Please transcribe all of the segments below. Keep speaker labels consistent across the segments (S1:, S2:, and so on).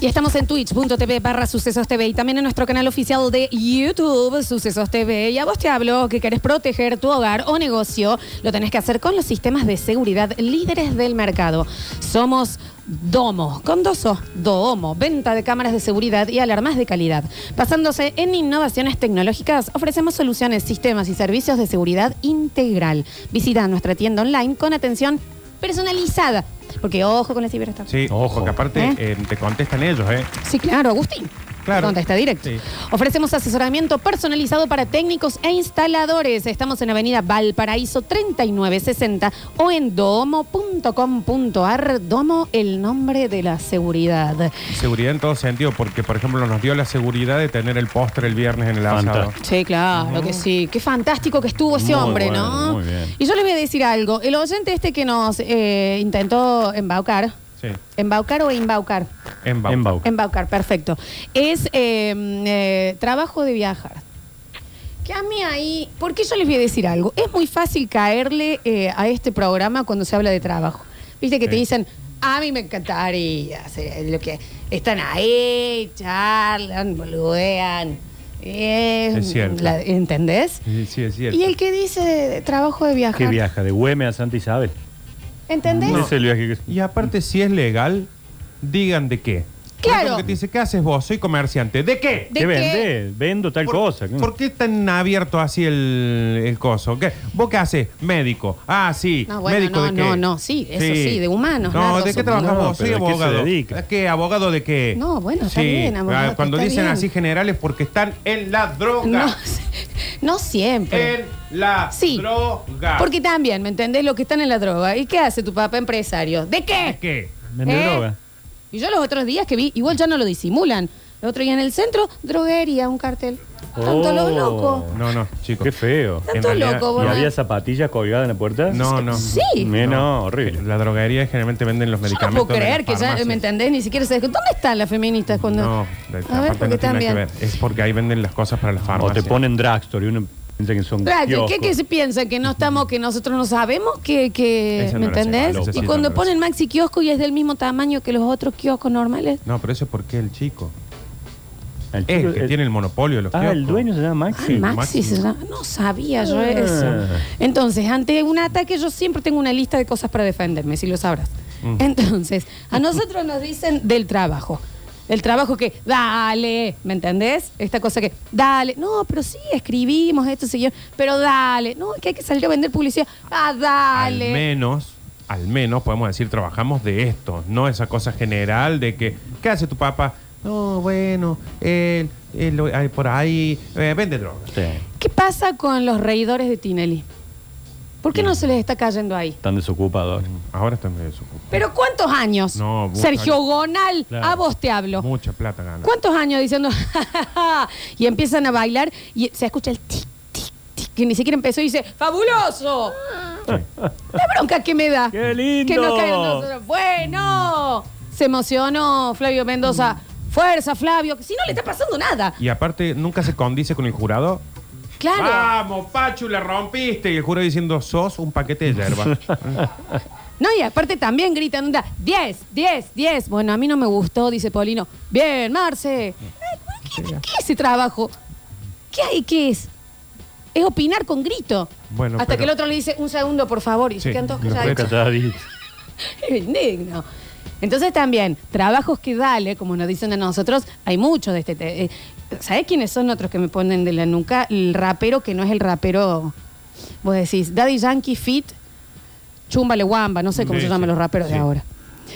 S1: Y estamos en twitch.tv barra Sucesos TV y también en nuestro canal oficial de YouTube, Sucesos TV. Y a vos te hablo que querés proteger tu hogar o negocio, lo tenés que hacer con los sistemas de seguridad líderes del mercado. Somos Domo, con dos O, Doomo, venta de cámaras de seguridad y alarmas de calidad. Basándose en innovaciones tecnológicas, ofrecemos soluciones, sistemas y servicios de seguridad integral. Visita nuestra tienda online con atención personalizada, porque ojo con la ciberestafa.
S2: Sí, ojo, que aparte
S1: ¿Eh?
S2: eh, te contestan ellos, ¿eh?
S1: Sí, claro, Agustín.
S2: Claro.
S1: Contesta directo.
S2: Sí.
S1: Ofrecemos asesoramiento personalizado para técnicos e instaladores. Estamos en Avenida Valparaíso 3960 o en domo.com.ar. Domo, el nombre de la seguridad.
S2: Seguridad en todo sentido, porque, por ejemplo, nos dio la seguridad de tener el postre el viernes en el asado.
S3: Fantástico.
S1: Sí, claro que sí. Qué fantástico que estuvo ese
S3: Muy
S1: hombre,
S3: bueno,
S1: ¿no?
S3: muy bien.
S1: Y yo les voy a decir algo. El oyente este que nos eh, intentó embaucar,
S2: Sí,
S1: embaucar o embaucar,
S2: en Bauta.
S3: En Bauta.
S1: embaucar, perfecto, es eh, eh, trabajo de viajar. Que a mí ahí, porque yo les voy a decir algo, es muy fácil caerle eh, a este programa cuando se habla de trabajo. Viste que te
S2: Sí.
S1: dicen, a mí me encantaría hacer lo que están ahí, charlan, boludean. eh,
S2: Es cierto.
S1: la- ¿Entendés?
S2: Sí, sí, es cierto.
S1: Y el que dice trabajo de viajar.
S3: ¿Qué viaja? De Güeme a Santa Isabel.
S1: ¿Entendés?
S3: Ese es el viaje que...
S2: Y aparte, si es legal, digan de qué.
S1: Claro.
S2: Porque te dice, ¿qué haces vos? Soy comerciante. ¿De qué?
S1: ¿De
S3: ¿Qué
S1: qué?
S3: vendés? Vendo tal
S2: ¿Por,
S3: cosa.
S2: por qué tan abierto así el, el coso? ¿Qué? ¿Vos qué haces? Médico. Ah, sí.
S1: No, bueno,
S2: ¿Médico
S1: no,
S2: de qué?
S1: no, no, sí, eso sí, de humanos,
S2: No,
S1: nardos,
S2: ¿de qué
S1: somos.
S2: trabajas
S3: No,
S2: vos? Soy
S3: pero ¿de qué se
S2: abogado.
S3: dedica?
S2: ¿De qué? ¿Abogado de qué?
S1: No, bueno, está
S2: Sí.
S1: bien, abogado,
S2: Ah, Cuando
S1: está
S2: dicen
S1: bien.
S2: así generales porque están en la droga.
S1: No, no siempre.
S2: En la
S1: Sí.
S2: droga.
S1: Porque también, ¿me entendés? Los que están en la droga. ¿Y qué hace tu papá empresario? ¿De
S2: ¿De
S1: qué?
S2: qué?
S3: Vende
S1: ¿Eh?
S3: droga.
S1: Y yo los otros días que vi, igual ya no lo disimulan. El otro día en el centro, droguería, un cartel. Están todos los
S3: Oh.
S1: locos.
S2: No, no, chicos.
S3: Qué feo.
S1: Están
S2: En
S1: todos
S2: realidad,
S1: locos,
S3: ¿Y
S1: vos.
S3: había zapatillas colgadas en la puerta?
S2: No, no.
S1: Sí.
S3: Me- no, horrible.
S2: La droguería generalmente venden los
S1: Yo no
S2: medicamentos.
S1: puedo
S2: de
S1: creer
S2: las
S1: que ya, eh,
S2: farmacias.
S1: ¿me entendés? Ni siquiera se ¿Dónde están las feministas cuando.?
S2: No, de-
S1: A ver, porque
S2: aparte no tiene nada que
S1: también.
S2: ver. Es porque ahí venden las cosas para las
S3: O te
S2: farmacias.
S3: ponen drugstore y uno piensa que son
S1: Claro, ¿qué- ¿Qué,
S3: kioscos.
S1: que se piensa? ¿Que no estamos, que nosotros no sabemos? que, que
S2: Esa
S1: ¿Me
S2: no la sé,
S1: entendés?
S2: esa sí
S1: y
S2: no
S1: cuando
S2: la sé.
S1: ponen maxi kiosco y es del mismo tamaño que los otros kioscos normales.
S2: No, pero eso es porque el chico.
S3: El
S2: Es
S3: chico-
S2: el Eh, que
S3: el-
S2: tiene el monopolio de los
S3: Ah, el
S2: kioscos.
S3: dueño se llama
S1: Ah,
S3: Maxi.
S1: Maxi,
S2: Maxi.
S1: se llama- no sabía yo
S3: Ah.
S2: Eh.
S1: eso. Entonces, ante un ataque yo siempre tengo una lista de cosas para defenderme, si lo sabrás.
S2: Mm.
S1: Entonces, a nosotros nos dicen del trabajo. El trabajo que, dale, ¿me entendés? Esta cosa que, dale, no, pero sí, escribimos esto, señor, pero dale, no, es que hay que salir a vender publicidad, ah,
S2: Al
S1: dale.
S2: menos, al menos podemos decir, trabajamos de esto, no esa cosa general de que, ¿qué hace tu papá? No, bueno, él, él, eh, por ahí, eh, vende drogas.
S3: Sí,
S1: ¿Qué pasa con los reidores de Tinelli? ¿Por qué no se les está cayendo ahí?
S3: están desocupados.
S2: Ahora está medio desocupado.
S1: ¿Pero cuántos años?
S2: No, mucho
S1: Sergio
S2: año.
S1: Gonal,
S3: Claro.
S1: a vos te hablo.
S2: Mucha plata gana.
S1: ¿Cuántos años diciendo "Ja, ja, ja"? y empiezan a bailar y se escucha el tic, tic, tic, que ni siquiera empezó y dice, ¡fabuloso! La bronca que me da.
S3: ¡Qué lindo!
S1: Que no caigan nosotros. Bueno, se emocionó Flavio Mendoza.
S3: Mm.
S1: Fuerza, Flavio, que si no le está pasando nada.
S2: Y aparte, nunca se condice con el jurado.
S1: Claro.
S3: Ah,
S2: Vamos, Pachu, la rompiste. Y el jurado diciendo, sos un paquete de yerba.
S1: No, y aparte también gritan, onda, 10, 10, 10. Bueno, a mí no me gustó, dice Paulino. Bien, Marce. Ay, ¿Qué, qué es ese trabajo? ¿Qué hay? ¿Qué es? Es opinar con grito.
S2: Bueno,
S1: Hasta
S2: pero-
S1: que el otro le dice, un segundo, por favor. Y se
S2: Sí,
S1: quedan todos
S2: los
S1: calladitos.
S2: retos.
S3: Calladito.
S1: Es indigno. Entonces también, trabajos que dale, como nos dicen a nosotros, hay muchos de este... te- eh, ¿Sabés quiénes son otros que me ponen de la nuca? El rapero que no es el rapero... Vos decís, Daddy Yankee Fit, Chumbale Wamba, no sé cómo
S2: Sí,
S1: se llaman
S2: sí,
S1: los raperos de
S2: sí.
S1: ahora.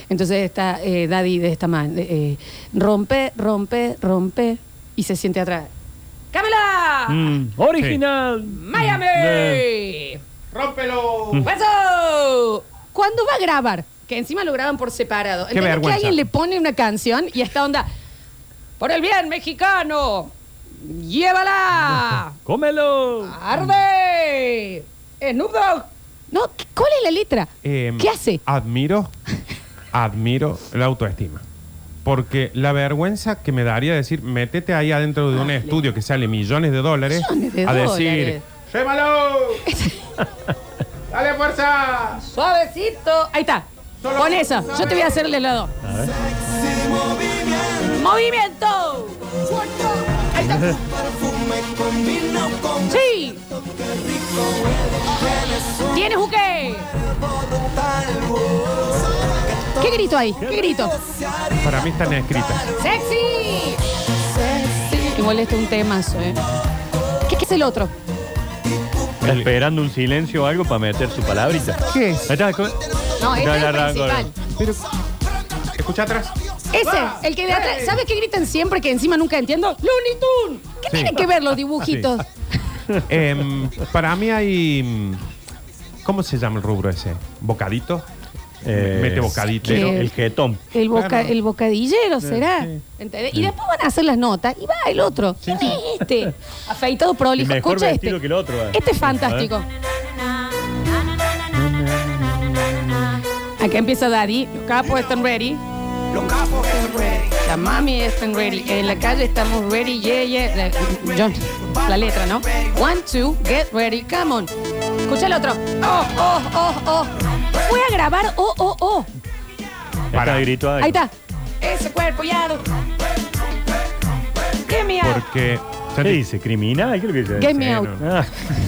S1: Entonces está eh, Daddy de esta man, de, eh, rompe, rompe, rompe, y se siente atrás. ¡Cámela!
S3: Mm, original.
S1: Ah. ¡Miami!
S3: Eh,
S2: ¡Rómpelo!
S1: ¡Eso! ¿Cuándo va a grabar? Que encima lo graban por separado. ¿Entendés que
S2: vergüenza.
S1: alguien le pone una canción y esta onda. ¡Por el bien mexicano! ¡Llévala!
S3: ¡Cómelo!
S1: ¡Arde! ¡Snoop Dogg! No, ¿qué- ¿cuál es la letra?
S2: Em,
S1: ¿Qué hace?
S2: Admiro, admiro la autoestima. Porque la vergüenza que me daría decir, métete ahí adentro de un estudio que sale millones de dólares
S1: Ah, Millones de
S2: a
S1: dólares.
S2: decir, ¡Rémalo! ¡Dale fuerza!
S1: Suavecito. Ahí está.
S2: Solo-
S1: Con eso. Yo te voy a hacer el helado.
S4: Sexy movimiento.
S1: ¡Movimiento! ¡Sí! ¿Tienes un qué? ¿Qué grito hay? ¿Qué grito?
S2: Para mí están escritas.
S1: ¡Sexy! Igual este es un temazo, ¿eh? ¿Qué, qué es el otro?
S3: Está esperando un silencio o algo para meter su palabrita.
S2: ¿Qué es?
S3: Ahí está, co-
S1: No, este
S3: Dale,
S1: es el
S3: arranca,
S1: principal.
S2: Pero, escucha atrás.
S1: Ese, el que de atrás. ¿Sabes qué gritan siempre que encima nunca entiendo? ¡Looney Tunes! ¿Qué
S2: Sí.
S1: tienen que ver los dibujitos?
S2: Em, para mí hay. mm, ¿Cómo se llama el rubro ese? ¿Bocadito?
S3: eh,
S2: Mete bocadito.
S3: pero
S1: ¿Qué?
S3: El jetón.
S1: El, boca,
S2: Claro.
S1: el bocadillero será.
S2: sí.
S1: ¿Entendés? Y después van a hacer las notas y va el otro. ¿Quién es este? Afeitado
S3: El
S1: prolijo.
S3: mejor
S1: Escucha
S3: vestido
S1: este.
S3: que el otro, eh.
S1: Este es fantástico. Acá empieza Daddy. Los capos están ready.
S4: Los capos están ready.
S1: La mami están ready. En la calle estamos ready. Yeah, yeah. La, John, la letra, ¿no? One, two, get ready. Come on. Escucha el otro. Oh, oh, oh, oh. Fue a grabar. Oh, oh, oh.
S3: Está grito ahí.
S1: Ahí está. Ese cuerpo ya. lo- Get me out.
S2: Porque.
S3: ¿Qué dice? ¿Criminal? ¿Qué es lo que dice?
S1: Get me
S2: Sí,
S1: out.
S2: no.
S3: Ah,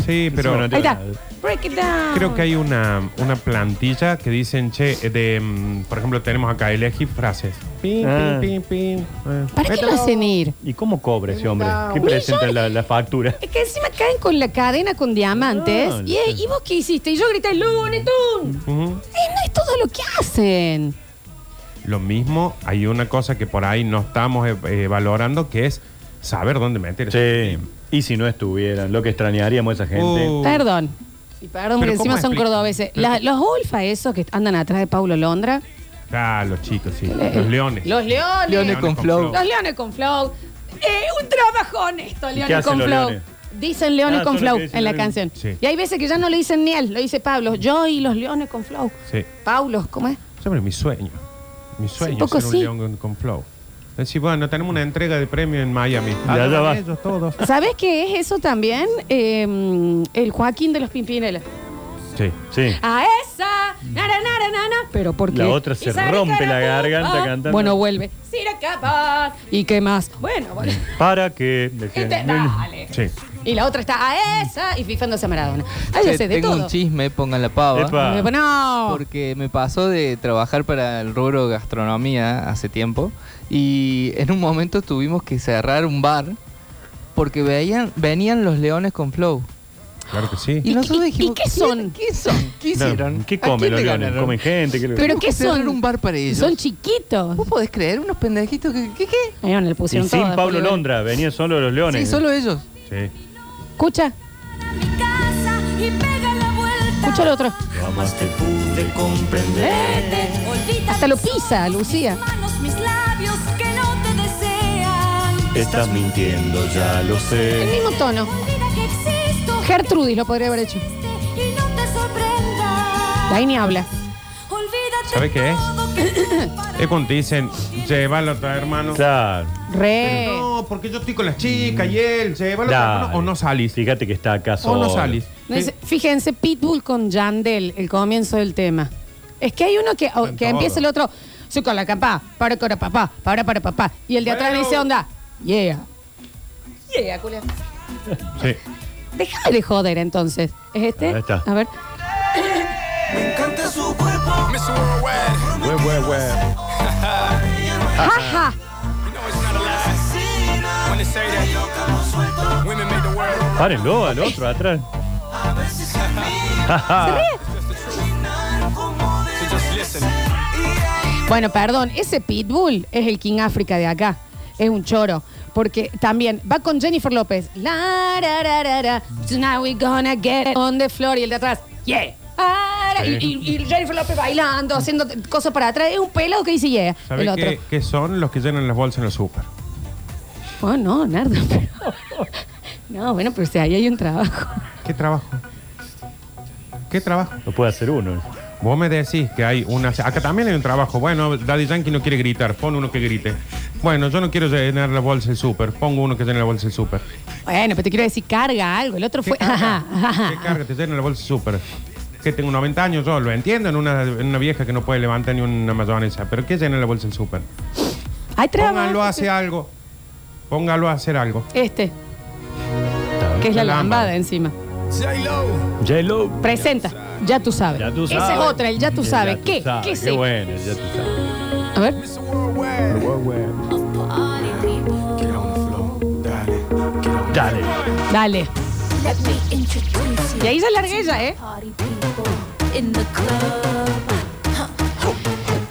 S2: Sí, pero.
S3: Eso no
S1: Ahí está.
S3: Nada.
S1: Break it down.
S2: Creo que hay una, una plantilla que dicen, che, de, mm, por ejemplo, tenemos acá, elegí frases. Pim,
S3: Ah.
S2: pim, pim, pim. eh.
S1: ¿Para qué lo hacen ir?
S3: ¿Y cómo cobra ese hombre? ¿Qué
S1: Millones.
S3: presenta la, la factura?
S1: Es que encima caen con la cadena con diamantes.
S3: No,
S1: y, eh, ¿Y vos qué hiciste? Y yo grité, Looney Tunes.
S2: Ujú.
S1: Eh, no es todo lo que hacen.
S2: Lo mismo, hay una cosa que por ahí no estamos eh, eh, valorando, que es saber dónde meter.
S3: Sí. Y si no estuvieran, lo que extrañaríamos a esa gente.
S2: Uh,
S1: Perdón. Y perdón,
S2: Pero
S1: porque encima
S2: ¿cómo
S1: son
S2: explica?
S1: cordobeses.
S2: Pero-
S1: La- los Ulfa, esos que andan atrás de Paulo Londra.
S2: Ah, los chicos, sí.
S1: Eh,
S2: Los leones.
S1: Los leones.
S5: Leones con flow.
S1: Los leones con flow. Eh, un trabajo honesto, leones
S3: hacen
S1: con
S3: los
S1: flow.
S3: leones?
S1: Dicen leones
S3: Ah,
S1: con
S3: son los
S1: flow
S3: que dicen
S1: en la
S3: leones.
S1: canción.
S2: Sí.
S1: Y hay veces que ya no lo dicen ni él, lo dice Pablo. Yo y los leones con flow.
S2: Sí.
S1: Paulos, ¿cómo es?
S2: Sobre mi sueño. Mi sueño
S1: un poco
S2: es ser
S1: sí.
S2: un león con, con flow. Decir, bueno, tenemos una entrega de premio en Miami.
S3: Ya, ya
S2: Hagan
S3: va.
S2: ellos todos.
S1: ¿Sabes qué es eso también? Eh, el Joaquín de los Pimpinela.
S2: Sí.
S3: Sí.
S1: A esa, nara, nara, nana. Pero porque.
S3: La otra se
S1: Y sale
S3: rompe la
S1: cara
S3: garganta
S1: pupa.
S3: cantando.
S1: Bueno, vuelve. Sira capaz. ¿Y qué más? Bueno, bueno.
S3: Para que. de que-
S1: Y te- dale.
S2: Sí.
S1: Y la otra está a esa y fifándose a Maradona. Ay, yo
S5: Che,
S1: sé de
S5: tengo
S1: todo.
S5: un chisme, pongan la pava.
S3: Epa.
S1: Me-
S3: Ah.
S1: No.
S5: Porque me pasó de trabajar para el rubro gastronomía hace tiempo y en un momento tuvimos que cerrar un bar porque veían, venían los leones con flow.
S2: Claro que sí.
S5: Y,
S1: ¿Y
S5: nosotros
S1: qué-
S5: dijimos,
S1: y qué son?
S5: ¿Qué son? ¿Qué
S3: No,
S5: hicieron?
S3: ¿Qué
S5: ¿A
S3: comen
S5: quién
S3: los
S5: le
S3: leones?
S5: ganaron?
S3: ¿Comen gente? ¿Qué le-
S1: Pero
S5: Tenemos
S1: ¿qué
S5: que
S1: son?
S5: cerrar un bar para ellos.
S1: Son chiquitos.
S5: ¿Vos podés creer unos pendejitos que qué qué?
S1: Ahí donde le
S3: Y
S1: pusieron
S3: sin
S1: todo,
S3: Pablo
S1: después le-
S3: Londra, venían solo los leones.
S5: Sí, solo ellos.
S2: Sí.
S1: Escucha,
S6: casa y pega la vuelta.
S1: escucha el otro.
S3: Jamás te pude comprender.
S6: Olvida
S1: Hasta lo
S6: mis
S1: pisa, Lucía.
S6: ojos, mis manos, mis labios que no te desean.
S3: Estás mintiendo, ya lo
S1: El
S3: sé.
S1: mismo tono.
S6: Olvida que existo.
S1: Gertrudis lo podría haber hecho.
S6: existe Y no te sorprenda.
S1: De ahí ni habla.
S6: Olvídate
S2: ¿Sabe qué es?
S6: todo que- para
S2: Es cuando te dicen, llévalo a tu hermano.
S3: Claro.
S1: Re.
S2: No, porque yo estoy con las chicas y él, llévalo a tu
S3: Dale.
S2: hermano o no salís.
S3: Fíjate que está acá
S2: O
S3: solo.
S2: no salís.
S1: No dice- Fíjense, Pitbull con Yandel, el comienzo del tema. Es que hay uno que, o-
S2: En
S1: que
S2: todo.
S1: empieza el otro, soy con la capa, para con la papá, para para papá. Y el de atrás
S2: Bueno.
S1: dice, onda, yeah. Yeah, Julián.
S2: Sí.
S1: Déjame de joder entonces. ¿Es este?
S3: Ahí está.
S1: A ver.
S4: Me encanta su cuerpo. Miss Worldwide.
S3: Güey, güey, güey. Ah.
S1: Jaja.
S4: You know it's not a lie. When they say that women make the world.
S3: Párenlo al otro atrás.
S4: A veces se ríe. So just listen.
S1: Bueno, perdón, ese Pitbull es el King África de acá. Es un choro. Porque también va con Jennifer López. La, ra, ra, ra, ra. Tonight we gonna get it on the floor. Y el de atrás, yeah. Ah, ra. Y, y- y Jennifer López bailando, haciendo t- cosas para atrás. Es un pelado que dice, yeah. El
S2: ¿Sabés
S1: otro.
S2: qué, qué son los que llenan las bolsas en el súper?
S1: Oh, no, Nardo. pero- No, bueno, pero si ahí hay un trabajo.
S2: ¿Qué trabajo? ¿Qué trabajo?
S3: Lo puede hacer uno.
S2: Vos me decís que hay una... Acá también hay un trabajo. Bueno, Daddy Yankee no quiere gritar. Pon uno que grite. Bueno, yo no quiero llenar la bolsa del súper. Pongo uno que llene la bolsa del súper.
S1: Bueno, pero te quiero decir, carga algo. El otro
S2: ¿Qué
S1: fue.
S2: carga?
S1: ajá, ajá.
S2: ¿Qué carga te llena la bolsa del súper? Que tengo 90 años, yo lo entiendo en una, en una vieja que no puede levantar ni una mayonesa. ¿Pero qué llena la bolsa del súper?
S1: Hay trabas.
S2: Póngalo a hacer algo. Póngalo a hacer algo.
S1: Este, que es la
S2: La lámpara.
S1: lambada encima.
S4: J-Lo.
S3: J-Lo.
S1: Presenta, ya tú sabes.
S3: Ya tú sabes.
S1: Esa es otra, el ya tú sabes.
S3: tú
S1: ¿Qué?
S3: sabes,
S1: ¿Qué
S3: Qué
S1: sé?
S3: bueno, ya tú sabes.
S1: A ver.
S4: Mr. Worldwide. Get on the floor. Dale. Get on the
S3: Dale.
S1: Dale. Y ahí ya largué ella, ¿eh?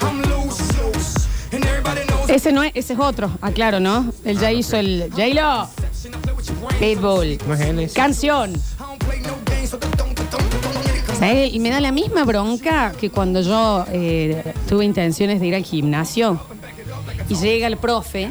S4: I'm loose, loose. And everybody knows
S1: Ese no es, ese es otro. Aclaro, ¿no? Él ya hizo el J-Lo.
S4: and I play with your brain.
S1: Pitbull.
S2: No es él ese.
S1: Canción.
S4: I don't play no games, so don't, don't, don't, don't get it
S1: O sea, él- y me da la misma bronca que cuando yo eh, tuve intenciones de ir al gimnasio y llega el profe,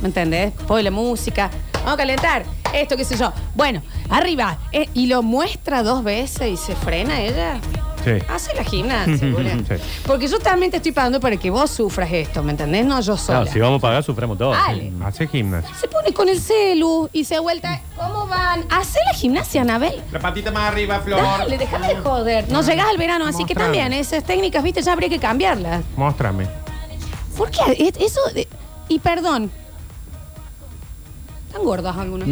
S1: ¿me entendés? Pone la música, vamos a calentar, esto, qué sé yo. Bueno, arriba. eh, y lo muestra dos veces y se frena ella.
S2: Sí.
S1: Hace la gimnasia, boludo.
S2: Sí.
S1: Porque yo también te estoy pagando para que vos sufras esto, ¿me entendés? No yo sola.
S3: Claro, si vamos a pagar, sufremos todos.
S1: Dale.
S2: Hace gimnasia.
S1: Se pone con el celu y se vuelta. ¿Cómo van? Hace la gimnasia, Anabel.
S2: La patita más arriba, Flor.
S1: Dale, déjame de joder. No llegás al verano, así que
S2: Mostrame.
S1: también esas técnicas, viste, ya habría que cambiarlas.
S2: Móstrame.
S1: ¿Por qué? Es- Eso. de- Y perdón. Están gordas algunos.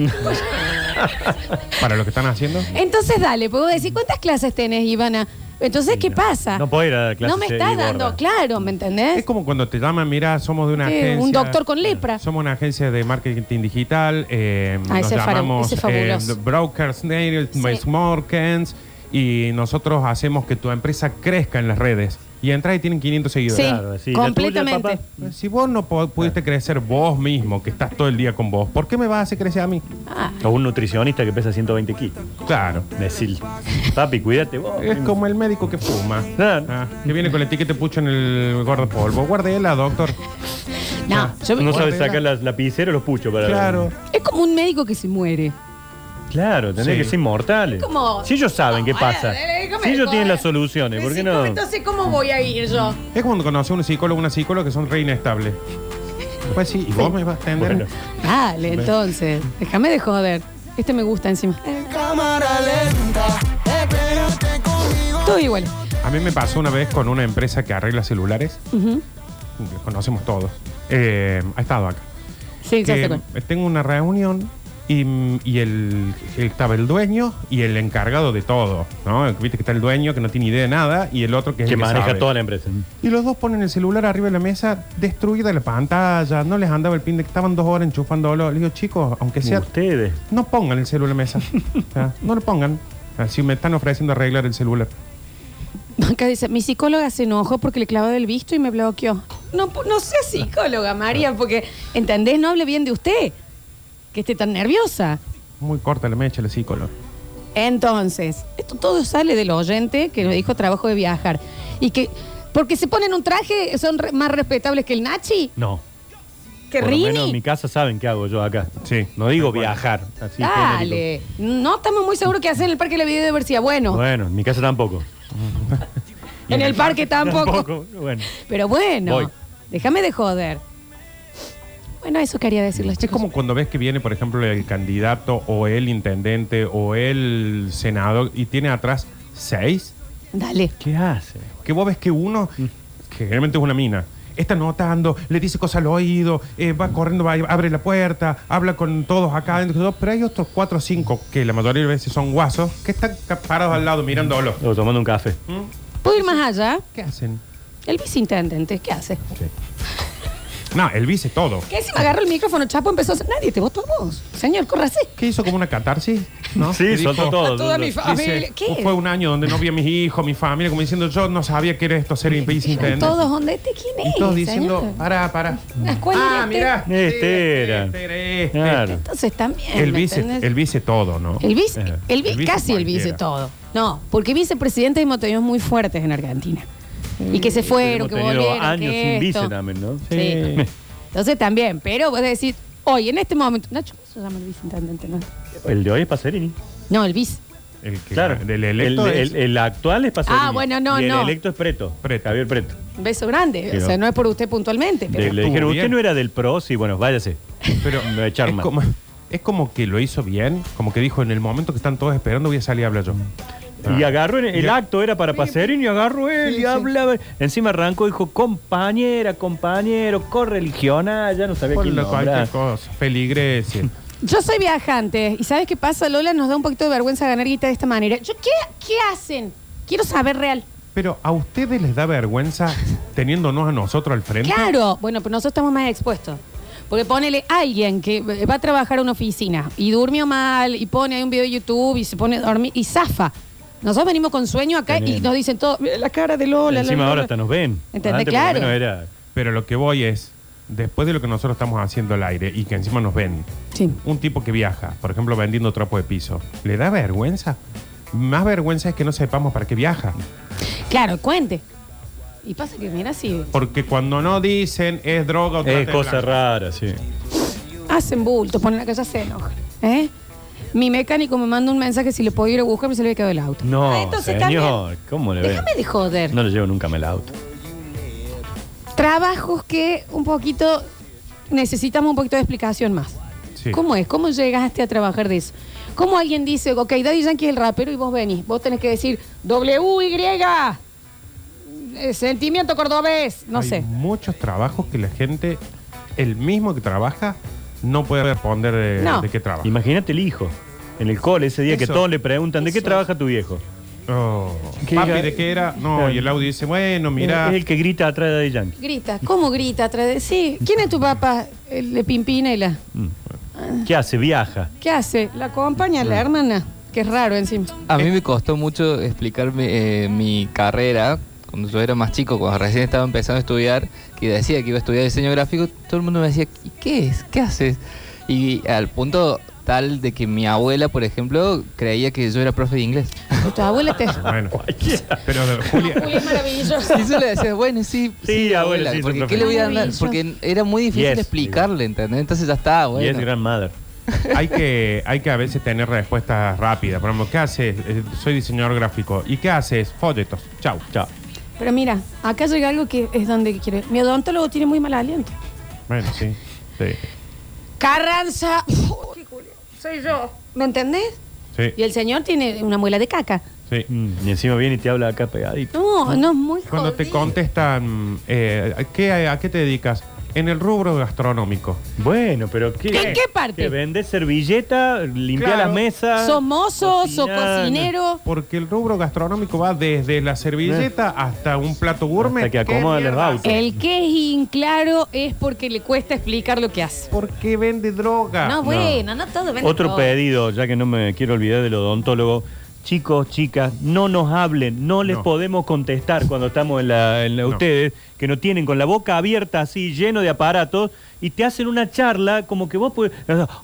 S2: Para lo que están haciendo.
S1: Entonces, dale, puedo decir, ¿cuántas clases tenés, Ivana? Entonces, ¿qué pasa?
S3: No puedo ir a dar clases
S1: No me
S3: de
S1: estás
S3: gorda.
S1: dando, claro, ¿me entendés?
S2: Es como cuando te llaman, mira, somos de una
S1: Eh,
S2: agencia.
S1: un doctor con lepra.
S2: Somos una agencia de marketing digital. eh,
S1: Ah,
S2: nos
S1: ese es faro-
S2: llamamos
S1: ese es fabuloso.
S2: eh, Brokers Nails,
S1: Sí.
S2: Morkens. Y nosotros hacemos que tu empresa crezca en las redes. Y entras y tienen 500
S1: Sí,
S2: seguidores.
S3: Claro, sí. ¿La
S1: completamente.
S3: tuya,
S2: Si vos no po- pudiste crecer vos mismo, que estás todo el día con vos, ¿por qué me vas a hacer crecer a mí?
S1: Ah,
S3: O un nutricionista que pesa 120 kilos.
S2: Claro.
S3: Decir, papi, cuídate vos.
S2: Es como el médico que fuma.
S3: Claro.
S2: Ah, que viene con el ticket pucho en el gordo polvo. Guardela, doctor.
S1: no, yo me-
S3: No sabes sacar la lapicera o los puchos para.
S2: Claro.
S1: Es como un médico que se muere.
S3: Claro, tendría
S2: Sí.
S3: que ser inmortales.
S1: Como-
S3: Si ellos saben qué
S1: No,
S3: pasa.
S1: dale, dale, déjame
S3: Si ellos
S1: joder.
S3: tienen las soluciones, ¿por qué
S1: Sí,
S3: no?
S1: Entonces, ¿cómo voy a ir yo?
S2: Es cuando conoce a un psicólogo o una psicóloga que son re inestables. Pues sí, y vos me vas a atender.
S3: Bueno.
S1: Dale, entonces. Déjame de joder. Este me gusta encima. Todo igual.
S2: A mí me pasó una vez con una empresa que arregla celulares,
S1: Ujú.
S2: que conocemos todos. Eh, ha estado acá.
S1: Sí, ya
S2: Que
S1: sé cuál.
S2: tengo una reunión y, y el, estaba el dueño y el encargado de todo, ¿no? Viste que está el dueño que no tiene idea de nada y el otro que es
S3: Que
S2: el que
S3: maneja
S2: sabe.
S3: toda la empresa.
S2: Y los dos ponen el celular arriba de la mesa, destruida la pantalla, no les andaba el pin de que estaban dos horas enchufándolo. Le digo, chicos, aunque sea
S3: Uh, Ustedes.
S2: No pongan el celular en mesa. O sea, no lo pongan. Así me están ofreciendo arreglar el celular.
S1: Acá dice, mi psicóloga se enojó porque le clavó el visto y me bloqueó. No, pu- no sé psicóloga,
S3: Ah.
S1: María, porque, ¿entendés? No hable bien de usted, que esté tan nerviosa.
S2: Muy corta la mecha, el psicólogo.
S1: Entonces, esto todo sale del oyente que nos dijo trabajo de viajar. Y que, porque se ponen un traje, son re- más respetables que el Nachi,
S3: No.
S1: que
S3: Por lo menos en
S1: Rini.
S3: mi casa saben qué hago yo acá.
S2: Sí.
S3: No digo viajar. Así genérico.
S1: Dale, no estamos muy seguros que hacer en el parque de la biodiversidad. Bueno,
S3: Bueno, en mi casa tampoco.
S1: en el parque tampoco.
S3: Bueno.
S1: Pero bueno,
S3: Voy.
S1: déjame de joder. Bueno, eso quería decirles,
S2: Es
S1: chicos.
S2: como cuando ves que viene, por ejemplo, el candidato o el intendente o el senador y tiene atrás seis,
S1: Dale.
S3: ¿Qué hace?
S2: que vos ves que uno, que generalmente es una mina, está notando, le dice cosas al oído, eh, va corriendo, va, abre la puerta, habla con todos acá, entre todos, pero hay otros cuatro o cinco, que la mayoría de veces son guasos, que están parados al lado mirándolo.
S3: O tomando un café.
S1: ¿Puedo ir más allá?
S2: ¿Qué hacen?
S1: El viceintendente, ¿qué hace?
S2: No, el vice todo.
S1: Que encima agarró el micrófono, chapo, empezó a hacer. Nadie te votó a vos. Señor, córrase.
S2: ¿Qué hizo como una catarsis? ¿No?
S3: Sí,
S2: Que
S3: soltó
S2: dijo,
S3: todo.
S1: A toda mi
S3: Dice,
S1: familia.
S2: dice,
S1: ¿Qué?
S2: Fue un año donde no vi a mis hijos, mi familia, como diciendo, yo no sabía que era esto ser viceintendente.
S1: Todos, ¿dónde este? ¿Quién es? ¿eh? este
S2: Y todos diciendo,
S1: señor?
S2: para, para.
S1: Una escuela
S2: Ah,
S1: directa.
S2: mira.
S3: Este era.
S2: este.
S3: Claro.
S1: Entonces también.
S2: El
S1: ¿me
S2: vice,
S1: entendés?
S2: el vice todo, ¿no?
S1: El vice,
S2: Eh,
S1: el vi-
S2: el vice
S1: casi el vice
S2: cualquiera.
S1: todo. No, porque vicepresidentes hemos tenido muy fuertes en Argentina. Y que se fueron,
S3: Eh, Hemos
S1: que
S3: tenido
S1: volvieron.
S3: años
S1: que
S3: sin vice
S1: esto.
S3: también, ¿no?
S1: Sí. Entonces también, pero vos decís, hoy en este momento. Nacho, ¿cómo se llama el viceintendente? No,
S3: El de hoy es Pacerini.
S1: no el vice.
S2: El que,
S3: Claro.
S2: Del electo
S3: el,
S2: es-
S3: el- el actual es Pacerini.
S1: Ah, bueno, no,
S3: y el
S1: no.
S3: electo es Preto.
S2: Preto.
S3: Javier Preto.
S1: Un beso grande.
S3: Pero-
S1: o sea, no es por usted puntualmente,
S3: De-
S1: pero.
S3: le
S2: estuvo
S3: dijeron,
S2: bien.
S3: usted no era del PRO, sí, bueno, váyase.
S2: Pero
S3: Lo de Charma.
S2: Es como, es como que lo hizo bien, como que dijo, en el momento que están todos esperando voy a salir a hablar yo.
S3: Y agarró, en- el acto era para Paserín y agarró él y hablaba. Encima arrancó y dijo, compañera, compañero, correligional, ya no sabía
S2: Por
S3: quién
S2: la
S3: nombrar.
S2: cualquier cosa. Feligresia.
S1: Yo soy viajante y ¿sabes qué pasa, Lola? Nos da un poquito de vergüenza ganar guita de esta manera. Yo, ¿qué, ¿Qué hacen? Quiero saber real.
S2: Pero a ustedes les da vergüenza teniéndonos a nosotros al frente.
S1: Claro. Bueno, pero nosotros estamos más expuestos. Porque ponele alguien que eh, va a trabajar a una oficina y durmió mal y pone ahí un video de YouTube y se pone a dormir y zafa. Nosotros venimos con sueño acá y
S3: Tremendo.
S1: nos dicen todo, "Mira la cara de Lola.
S3: Encima
S1: Lola,
S3: ahora
S1: Lola".
S3: hasta nos ven.
S1: ¿Entendés?
S3: Antes por lo
S1: Claro.
S3: menos era-
S2: Pero lo que voy es, después de lo que nosotros estamos haciendo al aire y que encima nos ven,
S1: Sí.
S2: un tipo que viaja, por ejemplo, vendiendo trapo de piso, ¿le da vergüenza? Más vergüenza es que no sepamos para qué viaja.
S1: Claro, cuente. Y pasa que mira si
S2: Porque cuando no dicen es droga o trata
S3: Es
S2: de
S3: cosa
S2: blanco.
S3: rara, sí.
S1: hacen bulto, ponen la casa se enojan. ¿Eh? Mi mecánico me manda un mensaje si le puedo ir a buscar, pero se le había quedado el auto.
S3: No,
S1: Ah, entonces
S3: señor, ¿cómo le
S1: también.
S3: ve?
S1: Déjame de joder.
S3: No le llevo nunca más el auto.
S1: Trabajos que un poquito necesitamos un poquito de explicación más.
S2: Sí.
S1: ¿Cómo es? ¿Cómo llegaste a trabajar de eso? ¿Cómo alguien dice, ok, Daddy Yankee es el rapero y vos venís? Vos tenés que decir W, eh, sentimiento cordobés, no
S2: Hay
S1: sé.
S2: muchos trabajos que la gente, el mismo que trabaja, no puede responder de,
S1: No.
S2: de qué trabaja.
S3: Imagínate el hijo en el cole ese día que
S2: Eso.
S3: todos le preguntan, ¿de qué
S1: Eso.
S3: trabaja tu viejo?
S2: Oh,
S3: Que
S2: Papi,
S3: diga- Eh,
S2: ¿de qué era? No,
S3: Claro.
S2: y el audio dice, bueno, mira.
S3: Es el que grita atrás de Daddy Yankee.
S1: Grita, ¿cómo grita? atrás de- Eh, Sí, ¿quién es tu papá? El de Pimpinela.
S3: Mm.
S1: Ah.
S3: ¿Qué hace? Viaja.
S1: ¿Qué hace? La acompaña la hermana, que es raro encima.
S5: A mí me costó mucho explicarme eh, mi carrera. Cuando yo era más chico, cuando recién estaba empezando a estudiar, que decía que iba a estudiar diseño gráfico, todo el mundo me decía, "¿Y ¿qué es? ¿Qué haces? Y al punto tal de que mi abuela, por ejemplo, creía que yo era profe de inglés.
S1: Tu abuela te...
S2: Bueno,
S3: Cualquiera.
S2: pero Julia,
S1: Juli es maravilloso.
S5: Y yo le decía, bueno, sí,
S3: Sí, abuela, sí, soy
S5: porque
S3: profe
S5: ¿qué
S3: de
S5: le voy a
S1: inglés".
S5: andar? Porque era muy difícil
S3: Yes,
S5: explicarle, ¿entendés? Entonces ya está,
S3: Y es
S5: bueno.
S3: grandmother.
S2: hay que, hay que a veces tener respuestas rápidas. Por ejemplo, ¿qué haces? Eh, soy diseñador gráfico. ¿Y qué haces? Folletos. Chau.
S3: Chao.
S1: Pero mira, acá llega algo que es donde quiero. Mi odontólogo tiene muy mal aliento.
S2: Bueno, sí. Sí.
S1: Carranza. Uf, qué culo. Soy yo. ¿Me entendés?
S2: sí,
S1: Y el señor tiene una muela de caca.
S2: sí.
S3: Mm, Y encima viene y te habla acá pegadito.
S1: No, no es muy
S2: Cuando te
S1: jodido.
S2: contestan, eh, ¿a qué- ¿a qué te dedicas? En el rubro gastronómico.
S3: Bueno, pero ¿qué?
S1: ¿En qué parte?
S3: Que vendes servilleta, limpia
S2: Claro.
S3: las mesas.
S1: Sos mozo, sos
S3: cocinar,
S1: cocinero.
S2: Porque el rubro gastronómico va desde la servilleta hasta un plato gourmet.
S3: Eh. Hasta que
S2: ¿Qué
S3: acomoda los
S2: mierda?
S3: autos.
S1: El que es inclaro es porque le cuesta explicar lo que hace.
S2: ¿Por qué vende droga?
S1: No, bueno, no, todo vende
S3: Otro
S1: todo.
S3: pedido, ya que no me quiero olvidar del odontólogo. Chicos, chicas, no nos hablen, no les
S2: No.
S3: podemos contestar cuando estamos en la, en la-
S2: No.
S3: ustedes, que nos tienen con la boca abierta así, lleno de aparatos, y te hacen una charla como que vos podés...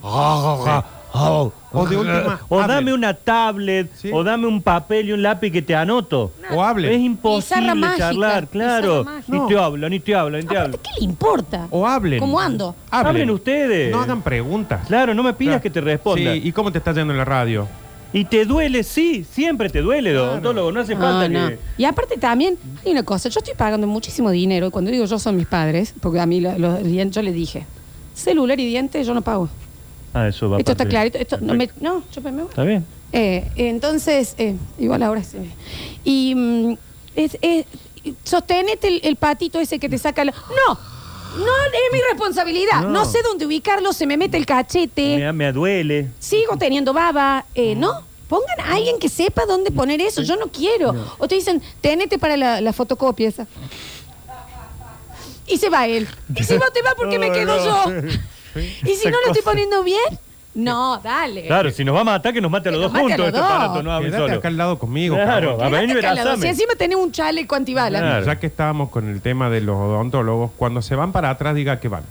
S2: O de última,
S3: O dame
S2: hablen.
S3: una tablet,
S2: Sí.
S3: o dame un papel y un lápiz que te anoto.
S2: O
S3: Es
S2: hablen.
S1: Pizarra
S3: imposible
S1: mágica,
S3: charlar, claro.
S1: pizarra
S3: Ni
S2: mágica.
S3: te hablan, ni te hablan, ni te
S1: Aparte,
S3: hablan.
S1: ¿Qué le importa?
S2: O hablen.
S1: ¿Cómo ando?
S2: Hablen.
S3: Hablen ustedes.
S2: No hagan preguntas.
S3: Claro, no me pidas
S2: Claro.
S3: que te responda.
S2: Sí, ¿y cómo te está yendo en la radio?
S3: Y te duele, sí, siempre te duele, odontólogo, no hace falta
S1: No, no.
S3: que...
S1: Y aparte también hay una cosa, yo estoy pagando muchísimo dinero, y cuando digo yo son mis padres, porque a mí lo- los dientes, yo les dije, celular y dientes yo no pago.
S3: Ah, eso va
S1: Esto está
S3: aparte.
S1: clarito, esto no me...
S3: Perfecto.
S1: No, yo me voy.
S3: Está bien.
S1: Eh, entonces, eh, igual ahora se ve. Y mm, es, es- sostenete el, el patito ese que te saca... la- No, no es mi responsabilidad. No.
S3: No.
S1: sé dónde ubicarlo, se me mete el cachete,
S3: Me, me duele.
S1: sigo teniendo baba, eh, ¿no? Pongan a alguien que sepa dónde poner eso, yo no quiero. O te dicen, tenete para la, la fotocopia esa. Y se va él. Y si no te va, porque Ah, me
S3: No,
S1: quedo
S3: no.
S1: yo? Y si
S3: Esa
S1: no lo estoy
S3: cosa.
S1: poniendo bien, no, dale.
S3: Claro, si nos va a matar, que nos mate a los
S1: Que
S3: dos
S1: nos mate a
S3: juntos
S1: los
S3: este
S1: dos.
S3: aparato, no hable
S2: Quédate
S3: solo.
S2: acá al lado conmigo.
S3: Claro,
S2: cabrón.
S3: a ver,
S1: Quédate calado,
S3: abrazame.
S1: Si encima tenés un chaleco antibala.
S3: Claro.
S2: Ya que estábamos con el tema de los odontólogos, cuando se van para atrás, diga que van.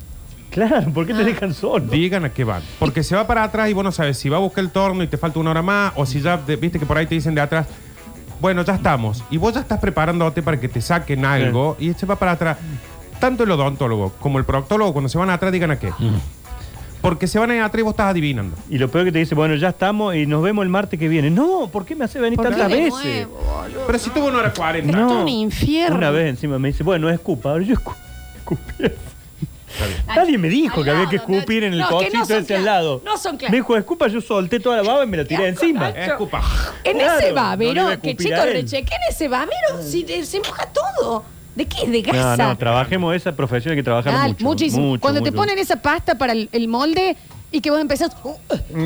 S3: Claro, ¿por qué
S1: Ah.
S3: te dejan solo?
S2: Digan a qué van. Porque se va para atrás y vos no sabes si va a buscar el torno y te falta una hora más, o si ya de- viste que por ahí te dicen de atrás, bueno, ya estamos. Y vos ya estás preparándote para que te saquen algo y se va para atrás. Tanto el odontólogo como el proctólogo, cuando se van atrás, digan a qué.
S3: Mm.
S2: Porque se van a ir atrás y vos estás adivinando.
S3: Y lo peor que te dice, bueno, ya estamos y nos vemos el martes que viene. No, ¿por qué me hace venir
S2: ¿Por
S3: tantas
S1: De
S3: veces?
S1: nuevo.
S2: Pero si tuvo una hora cuarenta.
S1: Esto es un infierno.
S3: Una vez encima me dice, bueno, escupa. Ahora yo escu- escupí.
S2: Está bien.
S3: Nadie me dijo
S1: Al
S3: que había que
S1: lado, no-
S3: escupir en el
S1: no, que no
S3: cochito
S1: son
S3: ese al
S1: claras,
S3: lado.
S1: no son claras.
S3: Me dijo, escupa, yo solté toda la baba y me la tiré
S1: Qué asco,
S3: encima.
S1: Nacho.
S2: Eh, Escupa.
S1: En
S3: Claro,
S1: ese
S3: no
S1: babero,
S3: le voy a
S1: que
S3: escupir
S1: chicos,
S3: a él.
S1: rechequen ese babero, si, eh, se moja todo. ¿De qué? ¿De
S3: No,
S1: gasa?
S3: no, trabajemos esa profesión, hay que trabajar
S1: Mal,
S3: mucho.
S1: muchísimo.
S3: mucho,
S1: Cuando te
S3: mucho.
S1: ponen esa pasta para el, el molde y que vos empezás. uh, uh,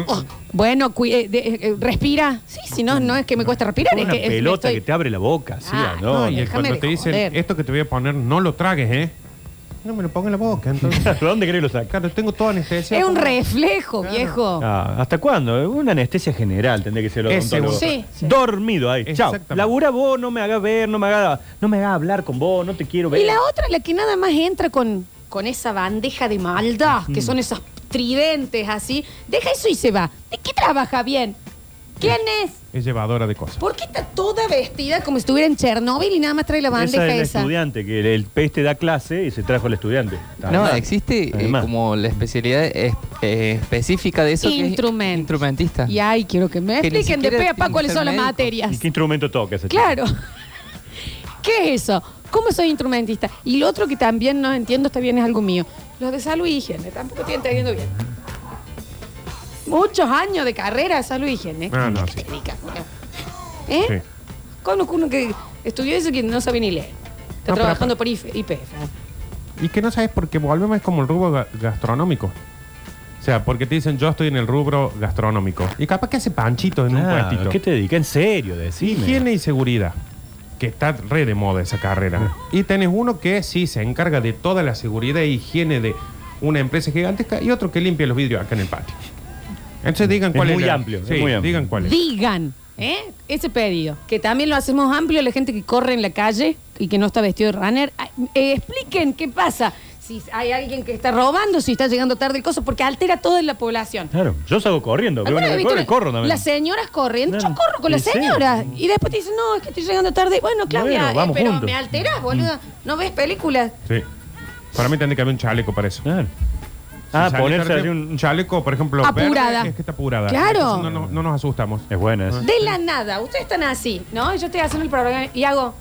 S1: oh, bueno, cu- eh, de- eh, eh, respira. Sí, si no, no es que me cuesta respirar.
S3: Una
S1: es que, es que
S3: pelota
S1: estoy-
S3: que te abre la boca, sí,
S1: Ah,
S3: ¿o
S2: No,
S3: ¿no?
S2: y
S1: déjame
S2: cuando
S1: de
S2: te dicen,
S1: joder.
S2: esto que te voy a poner, no lo tragues, ¿eh? No me lo ponga en la boca, entonces.
S3: ¿Dónde querés que lo sacar?
S2: claro, tengo toda anestesia.
S1: Es un
S2: Como-
S1: reflejo, viejo.
S3: Ah, ¿Hasta cuándo? Una anestesia general tendría que ser el
S2: Ese,
S3: odontólogo.
S1: sí, sí.
S3: Dormido ahí. Chao.
S2: Exactamente.
S3: Labura vos, no me hagas ver, no me hagas no me hagas hablar con vos, no te quiero ver.
S1: Y la otra, la que nada más entra con, con esa bandeja de maldad, que
S3: Mm.
S1: son esos tridentes así, deja eso y se va. ¿De qué trabaja bien? ¿Quién es?
S2: Es llevadora de cosas.
S1: ¿Por qué está toda vestida como si estuviera en Chernóbil y nada más trae la bandeja
S3: esa es el
S1: esa?
S3: estudiante, que el, el peste da clase y se trajo al estudiante.
S5: No,
S3: Además.
S5: existe eh,
S3: Además.
S5: como la especialidad es- eh, específica de eso. que es
S1: Instrument.
S5: instrumentista.
S1: Y ay, quiero que me
S5: Que ni
S1: expliquen de
S5: siquiera
S1: pe a pa
S5: tiene que
S1: cuáles
S5: ser
S1: son las
S5: médico.
S1: materias.
S3: ¿Y qué instrumento toca ese chico?
S1: Claro. ¿Qué es eso? ¿Cómo soy instrumentista? Y lo otro que también no entiendo, está bien, es algo mío. Los de salud y higiene, tampoco estoy entendiendo bien. Muchos años de carrera de salud y higiene.
S2: Ah, no, sí.
S1: Técnica, ¿no? ¿Eh?
S2: Sí.
S1: Conozco uno que estudió eso que no sabe ni leer. Está
S2: No, pero-
S1: trabajando por IFE, IPF.
S2: Y que no sabes porque volvemos es como el rubro ga- gastronómico. O sea, porque te dicen, yo estoy en el rubro gastronómico. Y capaz que hace panchitos en
S3: Claro,
S2: un puestito.
S3: ¿Qué te dedica? En serio, decime.
S2: Higiene y seguridad, que está re de moda esa carrera.
S3: Ah.
S2: Y tenés uno que sí se encarga de toda la seguridad e higiene de una empresa gigantesca y otro que limpia los vidrios acá en el patio. Entonces digan
S3: Es
S2: cuál
S3: muy
S2: la-
S3: amplio, es
S2: Sí,
S3: muy amplio.
S2: digan cuál es.
S1: Digan, ¿eh? Ese pedido. Que también lo hacemos amplio la gente que corre en la calle y que no está vestido de runner. Ay, eh, expliquen qué pasa. Si hay alguien que está robando, si está llegando tarde el coso, porque altera toda la población.
S3: Claro, yo salgo corriendo. Veo
S1: ¿Alguna vez
S3: una de
S1: viste
S3: corre,
S1: una-
S3: corro también.
S1: Las señoras corren, yo
S3: Claro.
S1: corro con
S3: Y
S1: las
S3: sí.
S1: señoras. Y después te dicen, no, es que estoy llegando tarde. Bueno, Claudia,
S3: Bueno,
S1: eh,
S3: vamos
S1: pero
S3: juntos.
S1: me alteras, boludo. No ves películas.
S2: Sí. Para mí tendría que haber un chaleco para eso.
S3: Claro.
S2: Si
S3: ¿Eh? Ah,
S2: sale
S3: ponerse
S2: tarde,
S3: así un...
S2: chaleco, por ejemplo,
S1: Apurada.
S2: verde, es que está apurada.
S1: Claro.
S2: Entonces No, no- no nos asustamos.
S3: Es buena esa.
S1: De la nada, ustedes están así, ¿no? Y yo estoy haciendo el programa y hago.